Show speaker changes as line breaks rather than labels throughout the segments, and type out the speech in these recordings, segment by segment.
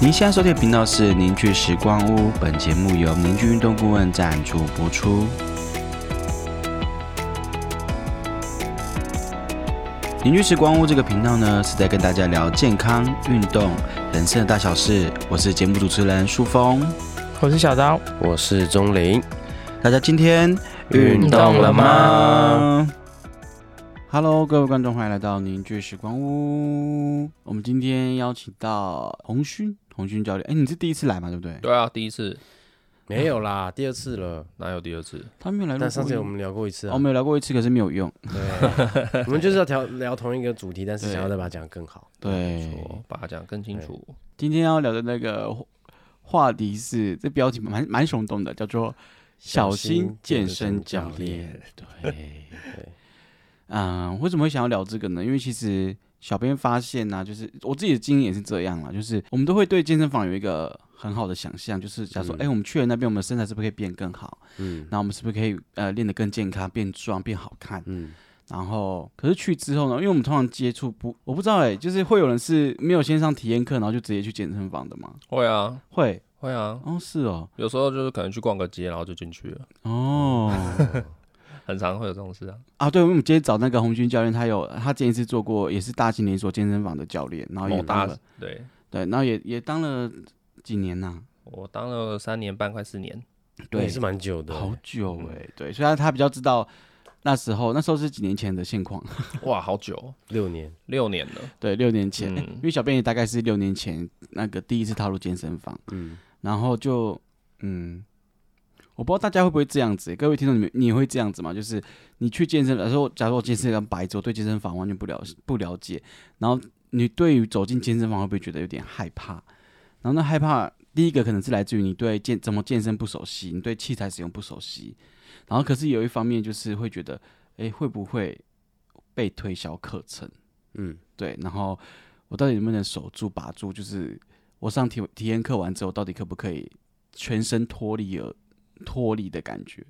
您现在收听的频道是《凝聚时光屋》，本节目由凝聚运动顾问赞助播出。凝聚时光屋这个频道呢，是在跟大家聊健康、运动、人生的大小事。我是节目主持人舒峰，
我是小刀，
我是钟林，
大家今天
运动了吗
？Hello，各位观众，欢迎来到凝聚时光屋。我们今天邀请到红勋，红勋教练。哎，你是第一次来嘛？对不对？
对啊，第一次
没有啦，第二次了。
哪有第二次？
他没有来录过音，
但上次我们聊过一次啊
哦哎我，们有聊过一次，可是没有用。
对， 我们就是要聊聊同一个主题，但是想要再把它讲得更好。
对，
说把它讲更清楚。
今天要聊的那个话话题是，这标题蛮蛮耸动的，叫做“小心健身教练”。对，嗯，为什么会想要聊这个呢？因为其实小编发现呢、就是我自己的经验也是这样啦，就是我们都会对健身房有一个很好的想象，就是假如说，哎、我们去了那边，我们的身材是不是可以变更好？
嗯
那我们是不是可以呃练得更健康、变壮、变好看？
嗯，
然后，可是去之后呢，因为我们通常接触不，我不知道哎、就是会有人是没有线上体验课，然后就直接去健身房的吗？
会啊，
会
会啊，
哦，是哦，
有时候就是可能去逛个街，然后就进去了，
哦
很常会有这种事啊。
啊，对，我们今天找那个红军教练，他有他之前是做过，也是大型连锁健身房的教练，然后也
某
当
大
了，
对
对，然后也也当了几年呐、
我当了三年半，快四年。
那
对
也，是蛮久的。
好久哎、对，虽然他比较知道那时候，那时候是几年前的现况，
哇，好久哦，
六年，
六年了。
对，六年前，
嗯
欸因为小编也大概是六年前那个第一次踏入健身房，
嗯，
然后就嗯，我不知道大家会不会这样子、各位听众你们你会这样子吗？就是你去健身，假如说假如我健身房白之后对健身房完全不了不了解，然后你对于走进健身房会不会觉得有点害怕？然后那害怕第一个可能是来自于你对健怎么健身不熟悉，你对器材使用不熟悉，然后可是有一方面就是会觉得，哎、会不会被推销课程？
嗯，
对，然后我到底能不能守住、把住？就是我上体体验课完之后，到底可不可以全身脱离而脱离的感觉？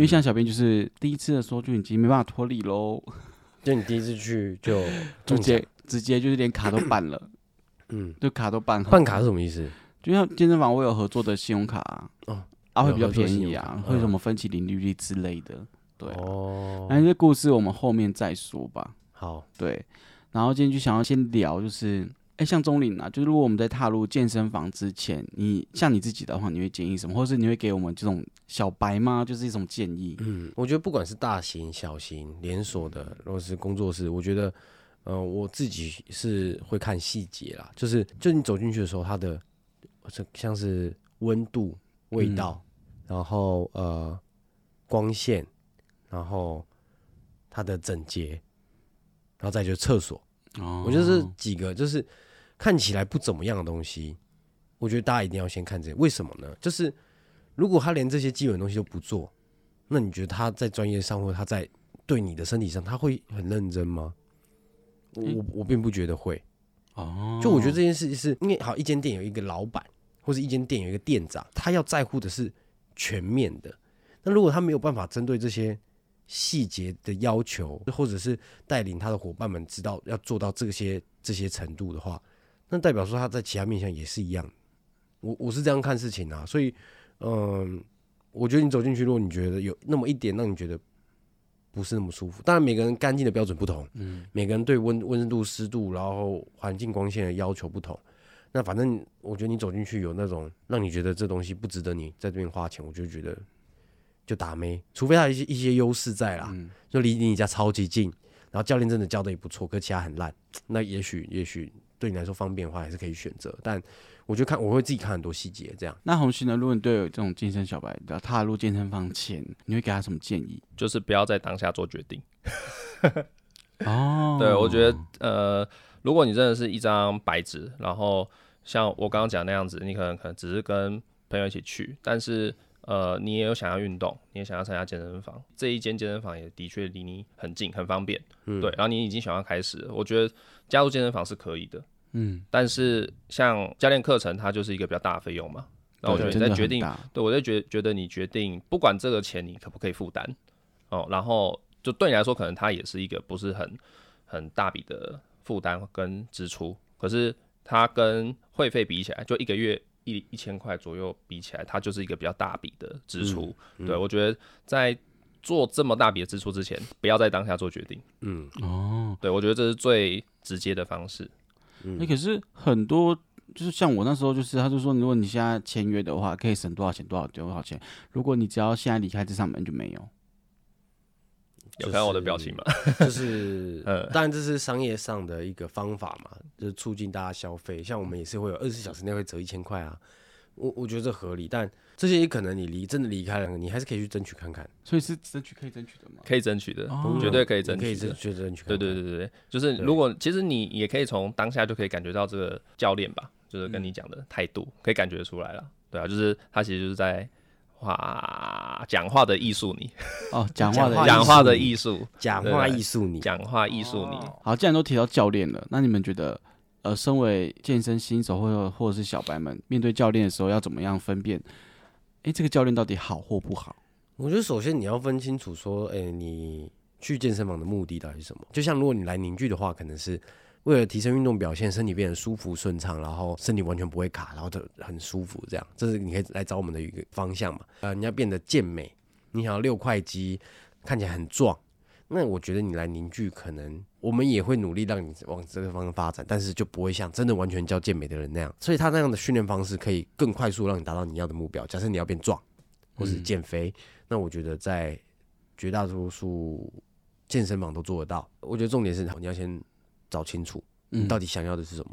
嗯
为像小编就是第一次的时候就已经没办法脱离喽，
就你第一次去就
直
中奖
接直接就是连卡都 办了，
嗯，
就卡都办好。
办卡是什么意思？
就像健身房我有合作的信用卡啊，
哦
啊会
有
比较
合作
便
信
宜
用
啊，
卡
会什
嗯
么分期零利率之类的。对啊，
哦，
那这故事我们后面再说吧。
好，
对，然后今天就想要先聊，就是哎，像钟林啊，就是如果我们在踏入健身房之前，你像你自己的话，你会建议什么，或是你会给我们这种小白吗？就是一种建议。
嗯，我觉得不管是大型、小型、连锁的，或者是工作室，我觉得，呃，我自己是会看细节啦，就是就你走进去的时候，它的这像是温度、味道，然后呃光线，然后它的整洁，然后再就是厕所，
哦
我觉得这几个就是看起来不怎么样的东西，我觉得大家一定要先看这些。为什么呢？就是如果他连这些基本的东西都不做，那你觉得他在专业上或者他在对你的身体上，他会很认真吗？我我我并不觉得会。
哦，
就我觉得这件事是因为好，一间店有一个老板，或是一间店有一个店长，他要在乎的是全面的。那如果他没有办法针对这些细节的要求，或者是带领他的伙伴们知道要做到这些这些程度的话，那代表说他在其他面向也是一样。我我是这样看事情啊，所以嗯，我觉得你走进去，如果你觉得有那么一点让你觉得不是那么舒服，当然每个人干净的标准不同，每个人对温温度、湿度，然后环境光线的要求不同。那反正我觉得你走进去有那种让你觉得这东西不值得你在这边花钱，我就觉得就打没，除非它有一些一些优势在啦，
嗯
就离你家超级近，然后教练真的教的也不错，可其他很烂，那也许也许对你来说方便的话还是可以选择，但我就看我会自己看很多细节这样。
那红旭呢？如果你对有这种健身小白的踏入健身房前，你会给他什么建议？
就是不要在当下做决定。
哦，
对，我觉得呃，如果你真的是一张白纸，然后像我刚刚讲那样子，你可能可能只是跟朋友一起去，但是呃，你也有想要运动，你也想要参加健身房，这一间健身房也的确离你很近，很方便，
嗯
嗯
对，啊然后你已经想要开始了，我觉得加入健身房是可以的，
嗯，
但是像教练课程，它就是一个比较大的费用嘛，那
对
我觉得你
真
在
的
决
很
定
大
对，我就觉觉得你决定，不管这个钱你可不可以负担哦，然后就对你来说，可能它也是一个不是很很大笔的负担跟支出，可是它跟会费比起来，就一个月一一千块左右比起来，它就是一个比较大笔的支出。
嗯
对我觉得在做这么大笔的支出之前，不要在当下做决定。
嗯，
哦，
对我觉得这是最直接的方式。
嗯
哎、可是很多就是像我那时候，就是他就说，如果你现在签约的话，可以省多少钱，多少多少钱。如果你只要现在离开这上门就没有。
有看到我的表情吗？
就是
嗯，
当然这是商业上的一个方法嘛，就是促进大家消费。像我们也是会有二十四小时内会折一千块啊，我我觉得这合理。但这些也可能你离真的离开了，你还是可以去争取看看，
所以是争取可以争取的嘛？
可以争取的，
哦
嗯绝对可以
你
争
可以
取
争
的。
去争取看
对
看。
对对对对，就是
对
如果其实你也可以从当下就可以感觉到这个教练吧，就是跟你讲的态度，可以感觉出来了。对啊，就是他其实就是在哇讲话的艺术你，
哦，讲话的
话
意思
讲话的艺术，
讲
对
话
对
艺术你，
讲话艺术你。
好，既然都提到教练了，那你们觉得，呃，身为健身新手或者或者是小白们，面对教练的时候要怎么样分辨？哎、这个教练到底好或不好？
我觉得首先你要分清楚说，哎、你去健身房的目的到底是什么？就像如果你来凝聚的话，可能是为了提升运动表现，身体变得舒服顺畅，然后身体完全不会卡，然后就很舒服，这样这是你可以来找我们的一个方向嘛。呃，你要变得健美，你想要六块肌，看起来很壮。那我觉得你来凝聚，可能我们也会努力让你往这个方向发展，但是就不会像真的完全教健美的人那样。所以他那样的训练方式可以更快速让你达到你要的目标。假设你要变壮，或是减肥，那我觉得在绝大多数健身房都做得到。我觉得重点是你要先找清楚你
嗯
到底想要的是什么。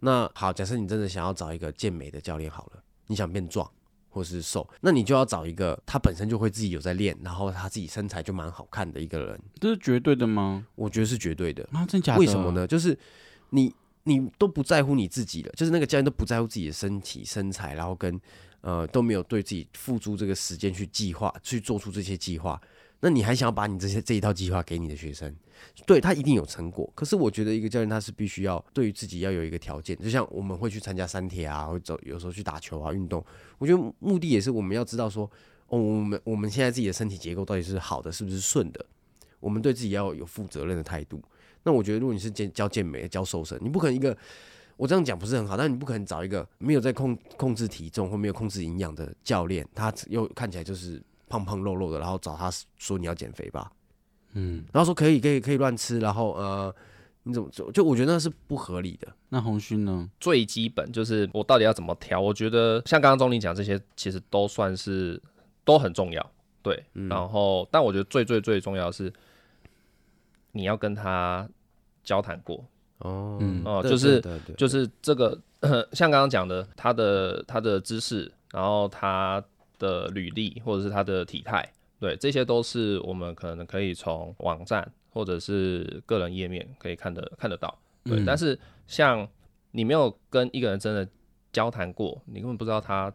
那好，假设你真的想要找一个健美的教练好了，你想变壮或是瘦，那你就要找一个他本身就会自己有在练，然后他自己身材就蛮好看的一个人。
这是绝对的吗？
我觉得是绝对的。
嗯
啊，真假的？
为什么？呢？就是你你都不在乎你自己了，就是那个教练都不在乎自己的身体身材，然后跟呃都没有对自己付出这个时间去计划，去做出这些计划。那你还想要把你这些这一套计划给你的学生，对他一定有成果。可是我觉得一个教练他是必须要对于自己要有一个条件，就像我们会去参加山铁啊，会走有时候去打球啊运动，我觉得目的也是我们要知道说，哦，我们我们现在自己的身体结构到底是好的，是不是顺的，我们对自己要有负责任的态度。那我觉得，如果你是健教健美、教瘦身，你不可能一个我这样讲不是很好，但你不可能找一个没有在控控制体重或没有控制营养的教练，他又看起来就是胖胖肉肉的，然后找他说你要减肥吧，
嗯，
然后说可以可以可以乱吃，然后呃你怎么做？就我觉得那是不合理的。
那红勋呢？
最基本就是我到底要怎么调。我觉得像刚刚钟林讲这些，其实都算是都很重要，对。
嗯
然后，但我觉得最最最重要的是你要跟他交谈过，
哦
嗯
哦就是
对对对
就是这个像刚刚讲的，他的他的知识，然后他的履历或者是他的体态，对，这些都是我们可能可以从网站或者是个人页面可以看得看得到。对，
嗯
但是像你没有跟一个人真的交谈过，你根本不知道他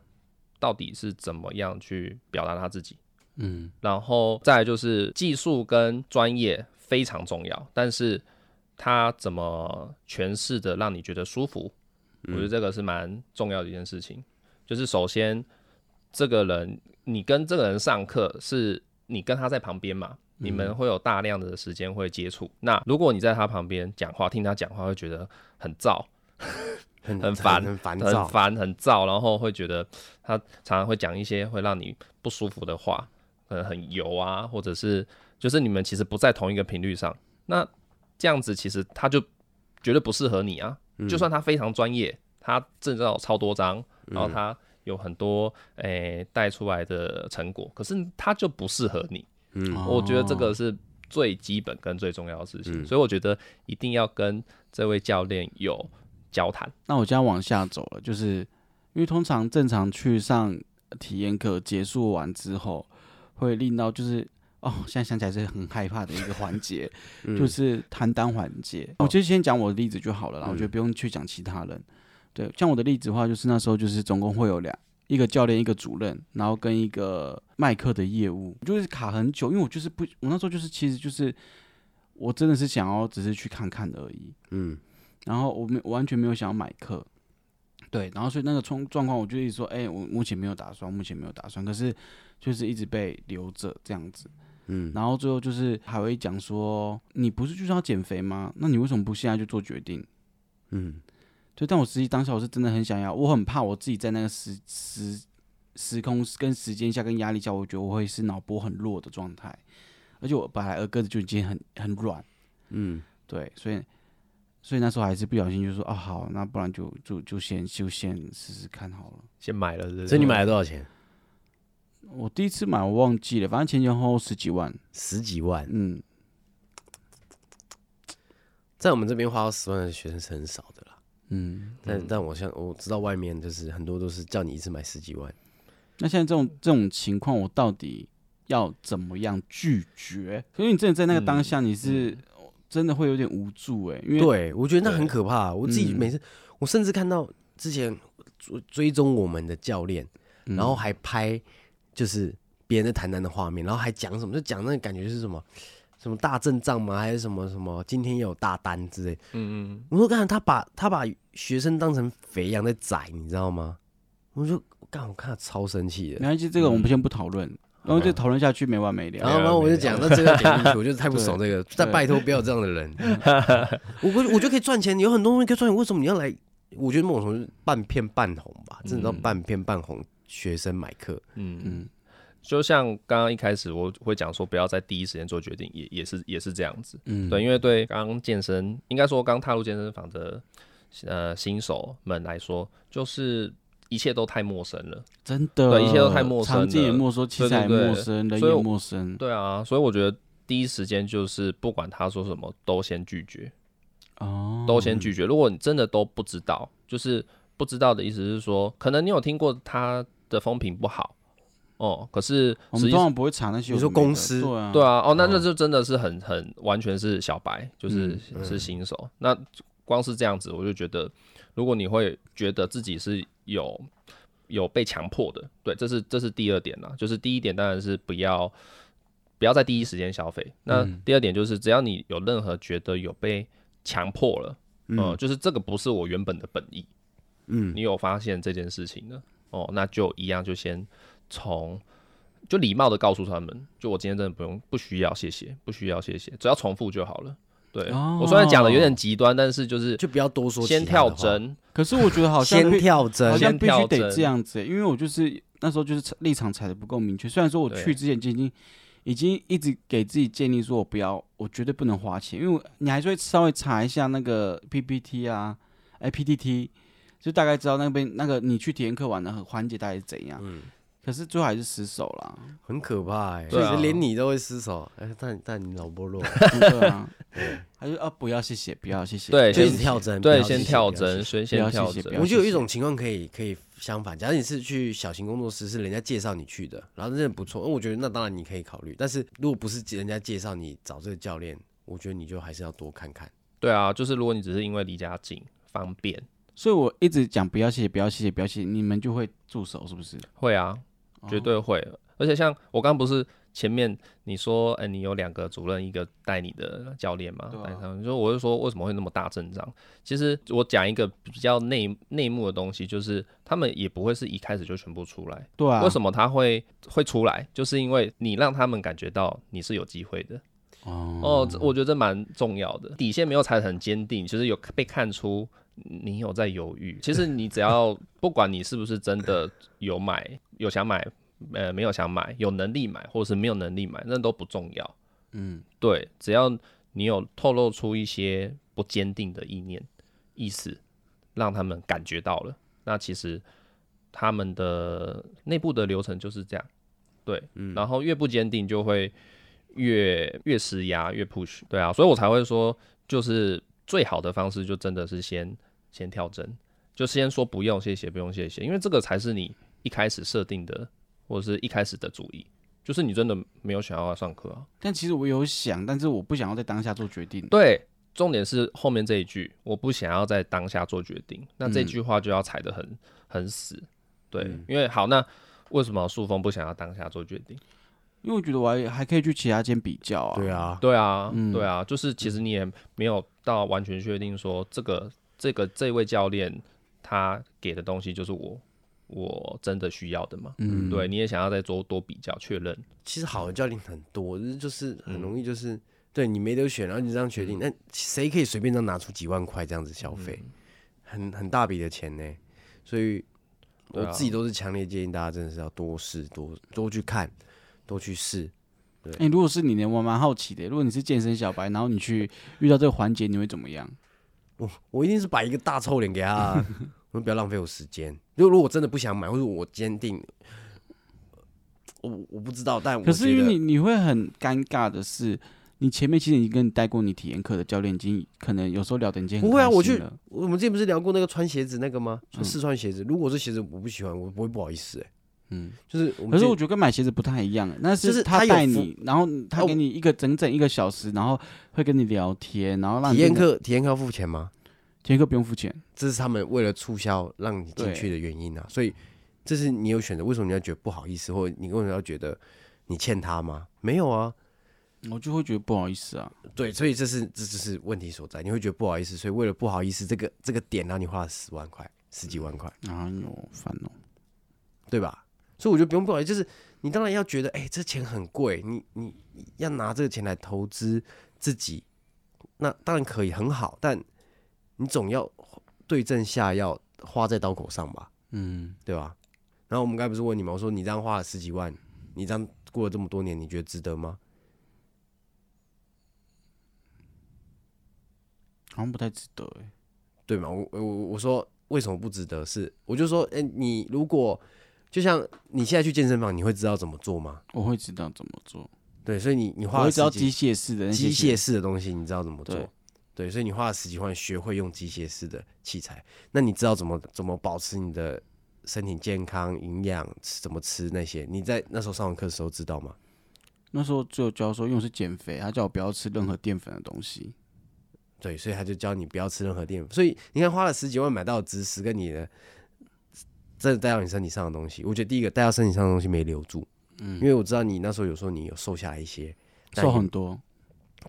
到底是怎么样去表达他自己。
嗯，
然后再来就是技术跟专业非常重要，但是它怎么诠释的让你觉得舒服，我觉得这个是蛮重要的一件事情。就是首先，这个人你跟这个人上课是你跟他在旁边嘛，你们会有大量的时间会接触。那如果你在他旁边讲话，听他讲话会觉得很燥，
很
很烦
很烦
很
躁。
烦、很燥，然后会觉得他常常会讲一些会让你不舒服的话，可能很油啊，或者是就是你们其实不在同一个频率上，那这样子其实他就绝对不适合你啊。
嗯
就算他非常专业，他证照超多张，
嗯
然后哦他有很多诶带、出来的成果，可是他就不适合你。
嗯
嗯我觉得这个
哦
是最基本跟最重要的事
嗯
情，所以我觉得一定要跟这位教练有交谈。
那我就要往下走了，就是因为通常正常去上体验课结束完之后，会令到就是哦，现在想起来是很害怕的一个环节，
嗯
就是谈单环节。我就先讲我的例子就好了啦，我
嗯
觉得不用去讲其他人。对，像我的例子的话，就是那时候就是总共会有两一个教练，一个主任，然后跟一个卖课的业务，就是卡很久，因为我就是不，我那时候就是其实就是我真的是想要只是去看看而已。
嗯
然后我没我完全没有想要买课，对，然后所以那个状状况，我就一直说，哎、我目前没有打算，目前没有打算，可是就是一直被留着这样子，
嗯，
然后最后就是还会讲说，你不是就是要减肥吗？那你为什么不现在就做决定？
嗯
对，但我实际当下我是真的很想要，我很怕我自己在那个时时时空跟时间下跟压力下，我觉得我会是脑波很弱的状态，而且我本来耳根子就已经很很软，
嗯，
对，所以所以那时候还是不小心就说啊好，那不然就就就先就先试试看好了。
先买了是不是，
所以你买了多少钱？
我第一次买我忘记了，反正前前后后十几万，
十几万，
嗯，
在我们这边花到十万的学生是很少的啦。
嗯，
但但我像我知道外面就是很多都是叫你一次买十几万，
那现在这种这种情况，我到底要怎么样拒绝？可是你真的在那个当
嗯
下，你是、真的会有点无助哎、因为嗯
对我觉得那很可怕。我自己每次，我甚至看到之前追追踪我们的教练，
嗯
然后还拍就是别人在谈谈的画面，然后还讲什么，就讲那个感觉是什么。什么大阵仗吗？还是什么什么？今天又有大单之类。
嗯嗯，
我说，看他把他把学生当成肥羊在宰，你知道吗？我就干，我看他超生气的
没。关系，这个我们先不讨论，
嗯
然后就讨论下去没完没了。
然
啊
后，然后我就讲，那这个点进 去，我就是太不爽这个。但拜托，不要有这样的人。我我我觉得可以赚钱，有很多东西可以赚钱，为什么你要来？我觉得某种程度是半骗半红吧，真的
嗯
到半骗半红。学生买课，
嗯
嗯
就像刚刚一开始我会讲说，不要在第一时间做决定，也也是也是这样子。
嗯，
对，因为对刚健身，应该说刚踏入健身房的呃新手们来说，就是一切都太陌生了。
真的，
对一切都太陌生了
场景也陌生，器材也
对对对
陌生，人
所以
也
我
陌生
对啊，所以我觉得第一时间就是不管他说什么，都先拒绝，
哦。
都先拒绝。如果你真的都不知道，就是不知道的意思是说，可能你有听过他的风评不好哦，可是
我
实
们
际
通常不会查那些有的没的。
你说公司
对啊，
对啊，哦，那嗯那就真的是很很完全是小白，就是是新手。那光是这样子，我就觉得，如果你会觉得自己是有有被强迫的，对，这是这是第二点啦。就是第一点当然是不要不要在第一时间消费。那第二点就是，只要你有任何觉得有被强迫了，嗯、就是这个不是我原本的本意，嗯，你有发现这件事情呢？哦，那就一样，就先从就礼貌的告诉他们，就我今天真的不用不需要，谢谢，不需要谢谢，只要重复就好了。对、
哦
我虽然讲的有点极端，但是就是
就不要多说其他
先
的话。
跳针，
可是我觉得好像
先
必
跳
好
针，
像
先
必须
跳
得
针
这样子欸、因为我就是那时候就是立场踩的不够明确。虽然说我
对
去之前就已经已经一直给自己建立说我不要，我绝对不能花钱，因为我你还是会稍微查一下那个 PPT 啊，哎 PPT，就大概知道那边那个你去体验课玩的环节大概是怎样。可是最后还是失手啦，
嗯 很可怕哎、欸，
对啊
所以连你都会失手。哎、但但你脑 波弱，
对啊，他就啊不要谢谢，不要谢谢，
对
就
先
一直跳针，不
对，
要谢
先
谢
跳。
不要谢
针，
谢
先
不
先
要
跳
谢谢
针
不，要
我就有一种情况可以可以相反，假如你是去小型工作室，是人家介绍你去的，然后真的不错，那我觉得那当然你可以考虑。但是如果不是人家介绍你找这个教练，我觉得你就还是要多看看。
对啊，就是如果你只是因为离家近方便，
所以我一直讲不要谢谢，不要谢谢，不要谢谢，你们就会住手是不是？
会啊，
哦
绝对会。而且像我刚不是前面你说，哎、你有两个主任，一个带你的教练嘛
对啊，
带上。你说我就说为什么会那么大阵仗？其实我讲一个比较内内幕的东西，就是他们也不会是一开始就全部出来。
对啊，
为什
么？
么他会会出来？就是因为你让他们感觉到你是有机会的。哦，这我觉得这蛮重要的，底线没有踩得很坚定，就是有被看出你有在犹豫。其实你只要不管你是不是真的有买，有想买，呃，没有想买，有能力买，或者是没有能力买，那都不重要。嗯，对，只要你有透露出一些不坚定的意念、意思，让他们感觉到了，那其实他们的内部的流程就是这样。对，然后越不坚定就会越越施压，越 push。对啊，所以我才会说，就是最好的方式就真的是先先跳针，就先说不用谢谢，不用谢谢，因为这个才是你一开始设定的或者是一开始的主意，就是你真的没有想要上课啊。
但其实我有想，但是我不想要在当下做决定。
对，重点是后面这一句，我不想要在当下做决定。那这句话就要踩得很、很死，对，因为好，那为什么树峰不想要当下做决定？
因为我觉得我还还可以去其他间比较啊。
对啊，
对啊，对啊，就是其实你也没有到完全确定说这个这个这位教练他给的东西就是我我真的需要的嘛？嗯，对，你也想要再多多比较确认，
其实好的教练很多，就是就是很容易就是、对你没得选，然后你这样决定，那谁可以随便这样拿出几万块这样子消费？很很大笔的钱呢，所以我
对啊
自己都是强烈建议大家真的是要多试多多去看，多去试。
哎、如果是你呢，我蛮好奇的。如果你是健身小白，然后 你去遇到这个环节，你会怎么样？
我我一定是摆一个大臭脸给他、 啊，我说不要浪费我时间。如果如果我真的不想买，或者我坚定，我我不知道，但我
可是
觉
因
得
为你你会很尴尬的是，你前面其实已经跟你带过你体验课的教练，已经可能有时候聊的已经很
不会啊
开心
我去
了
我们之前不是聊过那个穿鞋子那个吗？穿试穿鞋子，如果这鞋子我不喜欢，我不会不好意思、欸。
嗯，
就是我们
可
之
是
前
我觉得跟买鞋子不太一样，欸那
就是
他
他有哦
带
服
你，然后他给你一个整整一个小时，然后会跟你聊天，然后让你
体验
变得，
课体验课要付钱吗？
体验课不用付钱。
这是他们为了促销让你进去的原因啊，所以这是你有选择。为什么你要觉得不好意思，或你为什么要觉得你欠他吗？没有啊，
我就会觉得不好意思啊，
对，所以这是这就是问题所在，你会觉得不好意思，所以为了不好意思这个这个点，然后你花了十万块、十几万块，
哎呦，烦哦、
对吧？所以我觉得不用不好意思，就是你当然要觉得，哎、这钱很贵，你你要拿这个钱来投资自己，那当然可以很好，但你总要对症下药，花在刀口上吧。
嗯，
对吧？然后我们刚才不是问你吗？我说你这样花了十几万，你这样过了这么多年，你觉得值得吗？
好像不太值得哎、
对吗？我我我我说为什么不值得？是我就说，哎、你如果就像你现在去健身房，你会知道怎么做吗？
我会知道怎么做，
对，所以你你
我
花了
会知道
十几
机械式的那些
机械式的东西，你知道怎么做
对？
对，所以你花了十几万学会用机械式的器材，那你知道怎么怎么保持你的身体健康、营养，吃怎么吃那些？你在那时候上完课的时候知道吗？
那时候只有教授用是减肥，他叫我不要吃任何淀粉的东西。
对，所以他就教你不要吃任何淀粉。所以你看，花了十几万买到的知识跟你的真的带到你身体上的东西，我觉得第一个带到身体上的东西没留住，嗯，因为我知道你那时候有时候你有瘦下来一些，但
瘦
也
很多，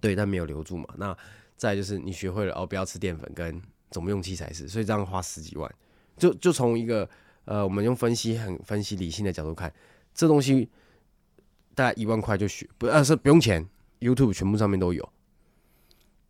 对，但没有留住嘛。那再来就是你学会了哦，不要吃淀粉跟怎么用器材是，所以这样花十几万，就就从一个呃，我们用分析很分析理性的角度看，这东西大概一万块就学不呃是不用钱，YouTube 全部上面都有。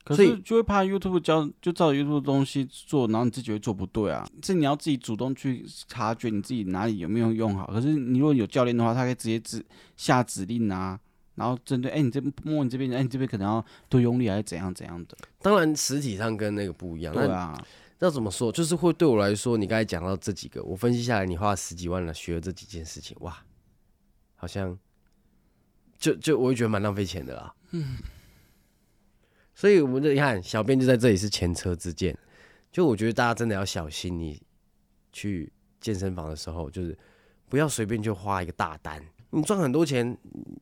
可
所以
是就会怕 YouTube 教就照 YouTube 的东西做，然后你自己会做不对啊。这你要自己主动去察觉你自己哪里有没有用好。可是你如果有教练的话，他可以直接指下指令啊，然后针对哎、你这摸你这边，哎、你这边可能要多用力还是怎样怎样的。
当然，实体上跟那个不一样。
对
那
啊，
要怎么说？就是会对我来说，你刚才讲到这几个，我分析下来，你花了十几万了，学了这几件事情，哇，好像就就我也觉得蛮浪费钱的啦。嗯，所以我们这你看，小编就在这里是前车之鉴。就我觉得大家真的要小心，你去健身房的时候，就是不要随便就花一个大单。你赚很多钱，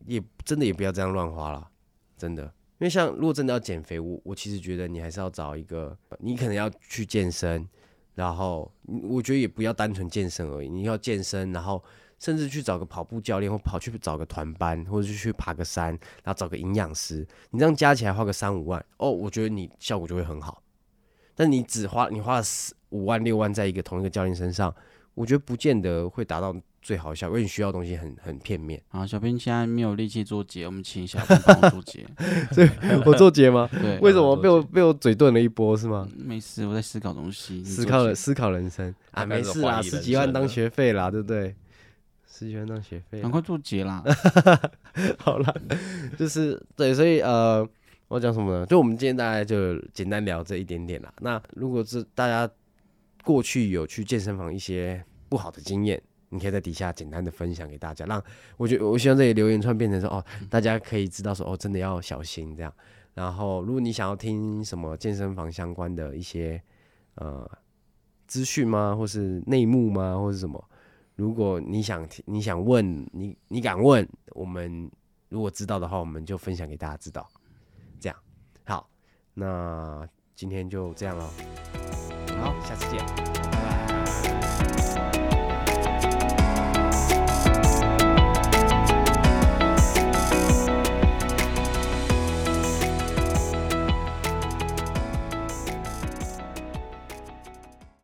也真的也不要这样乱花啦，真的。因为像如果真的要减肥，我我其实觉得你还是要找一个，你可能要去健身，然后嗯我觉得也不要单纯健身而已，你要健身，然后甚至去找个跑步教练，或跑去找个团班，或者是去爬个山，然后找个营养师，你这样加起来花个三五万，哦，我觉得你效果就会很好。但你只花你花了十五万六万在一个同一个教练身上，我觉得不见得会达到最好的效果，因为你需要的东西很很片面。
好，小编现在没有力气做结，我们请小编帮我做 结。
我做结吗？
对，啊
为什么被我
被我嘴遁了一波是吗？
没事，我在思考东西。你
思
做
考
结
了思考人生啊，
他开
没
始
事
怀
啦，
疑
十
人
几万
生
当
了
学费啦，对不对？十几万当学费啦
赶，快做结啦。
好啦，就是对，所以呃，我讲什么呢？就我们今天大概就简单聊这一点点啦。那如果是大家过去有去健身房一些不好的经验，你可以在底下简单的分享给大家，让我觉得我希望这里留言串变成说哦，大家可以知道说哦，真的要小心这样。然后，如果你想要听什么健身房相关的一些呃资讯吗，或是内幕吗，或是什么？如果你想听，你想问，你你敢问，我们如果知道的话，我们就分享给大家知道。这样，好，那今天就这样喽，
好，
下次见，拜拜。